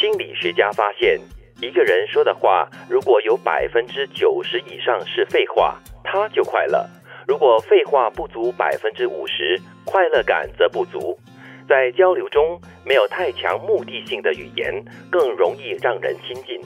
心理学家发现，一个人说的话如果有百分之九十以上是废话，他就快乐；如果废话不足百分之五十，快乐感则不足。在交流中，没有太强目的性的语言更容易让人亲近。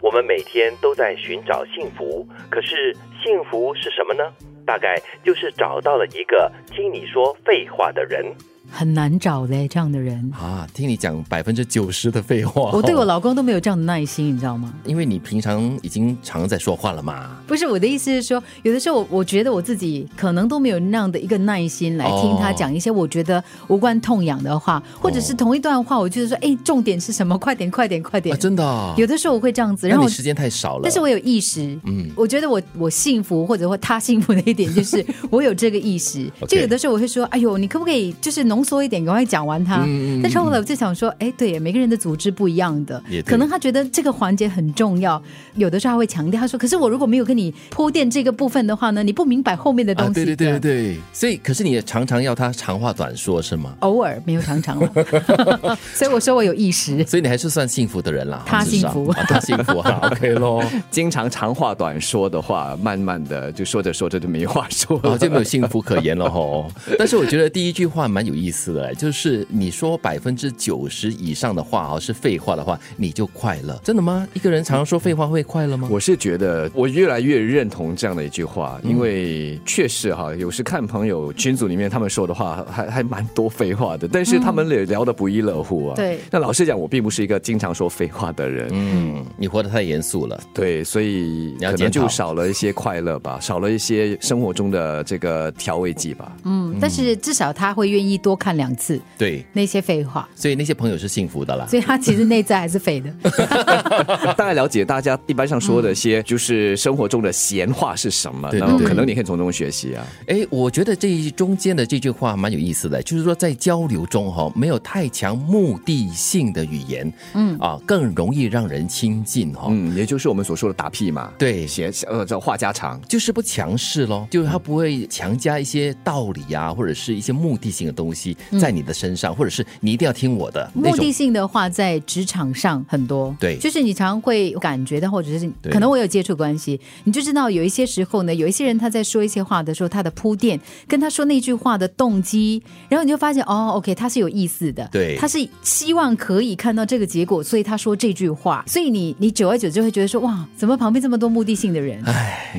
我们每天都在寻找幸福，可是幸福是什么呢？大概就是找到了一个听你说废话的人。很难找嘞，这样的人。啊，听你讲百分之九十的废话，哦我对我，老公都没有这样的耐心，你知道吗？因为你平常已经常在说话了嘛，不是我的意思是说，有的时候我我觉得我自己可能都没有那样的一个耐心来听他哦讲一些我觉得无关痛痒的话，或者是同一段话，我就是说，哎，重点是什么？快点，快点，快点！啊，真的啊、有的时候我会这样子，然那后你我时间太少了。但是我有意识，嗯我觉得我我幸福或者说他幸福的一点就是 我有这个意识。 OK 就有的时候我会说，哎呦，你可不可以就是浓缩一点，赶快讲完它？嗯嗯嗯但是后来我就想说，哎，对，每个人的组织不一样的也，对可能他觉得这个环节很重要，有的时候他会强调，他说，可是我如果没有跟你铺垫这个部分的话呢，你不明白后面的东啊，西的。对对对对对，所以可是你也常常要他长话短说是吗？偶尔没有常常 了， 所以我说我有意识。所以你还是算幸福的人啦，他至少幸福啊他幸 福啊，OK 咯，经常长话短说的话，慢慢的就说着说着就没话说了。啊，就没有幸福可言了吼。 但是我觉得第一句话蛮有意思的，哎就是你说百分之九十以上的话哦是废话的话，你就快乐，真的吗？一个人常常说废话会快乐吗？我是觉得我越来越认同这样的一句话，嗯因为确实哈，有时看朋友群组里面他们说的话还还蛮多废话的，但是他们也聊得不亦乐乎啊。对那老实讲，我并不是一个经常说废话的人，嗯，你活得太严肃了。对，所以要可检能讨就少了一些快乐吧，少了一些生活中的这个调味剂吧。 嗯，但是至少他会愿意多看两次对，那些废话，所以那些朋友是幸福的啦。所以他其实内在还是肥的。大概了解大家一般上说的一些就是生活中的闲话是什么，对对然后对可能你可以从中学习啊。哎，我觉得这中间的这句话蛮有意思的，就是说在交流中哈、没有太强目的性的语言，嗯啊，更容易让人亲近哈、嗯，也就是我们所说的打屁嘛，对闲呃叫话家常。就是不强势咯，就是他不会强加一些道理啊，或者是一些目的性的东西嗯在你的身上，或者是你一定要听我的那目种的。性的话，在职场上很多，对就是你常会感觉到，或者是对可能我有接触关系，你就知道有一些时候呢，有一些人他在说一些话的时候，他的铺垫，跟他说那句话的动机，然后你就发现哦，OK，他是有意思的，对他是希望可以看到这个结果，所以他说这句话，所以你你久而久之会觉得说哇，怎么旁边这么多目的性的人？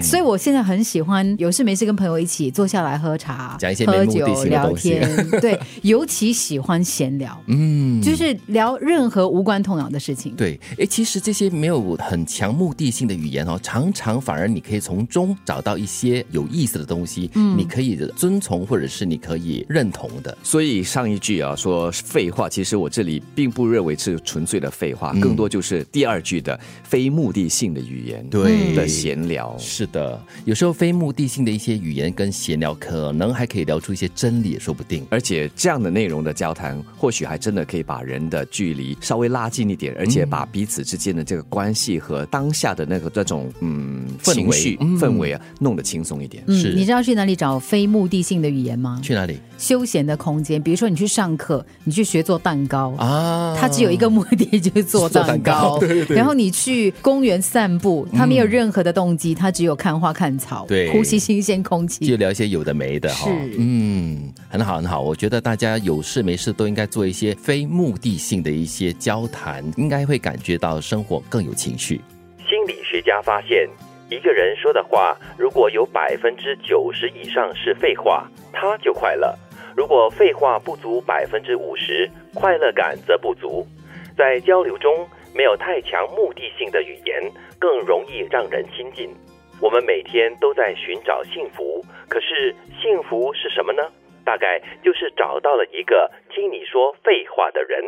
所以我现在很喜欢有事没事跟朋友一起坐下来喝茶，讲一些没喝目的酒性的聊东西天，对，尤其喜欢闲聊，嗯，就是聊任何无关痛痒的事情。对，哎，其实这些没有很强目的性的语言哦，常常反而你可以从中找到一些有意思的东西，嗯你可以遵从或者是你可以认同的。所以上一句啊说废话，其实我这里并不认为是纯粹的废嗯话，更多就是第二句的非目的性的语言，对的闲聊。是的，有时候非目的性的一些语言跟闲聊，可能还可以聊出一些真理，也说不定。而且这样的内容的交谈，或许还真的可以把人的距离稍微拉近一点，而且把嗯彼此之间的这个关系和当下的那个那种嗯氛围情绪嗯氛围啊，弄得轻松一点。嗯是，你知道去哪里找非目的性的语言吗？去哪里休闲的空间，比如说你去上课，你去学做蛋糕。啊？它只有一个目的，就是做蛋糕。做蛋糕 对嗯然后你去公园散步，它没有任何的动机，它只有看花、看草，对呼吸新鲜空就气。聊一些有的没的哈是。嗯，很好很好，我觉得大家有事没事都应该做一些非目的性的一些交谈，应该会感觉到生活更有情趣。心理学家发现，一个人说的话如果有百分之九十以上是废话，他就快乐；如果废话不足百分之五十，快乐感则不足。在交流中，没有太强目的性的语言，更容易让人亲近。我们每天都在寻找幸福，可是幸福是什么呢？大概就是找到了一个听你说废话的人。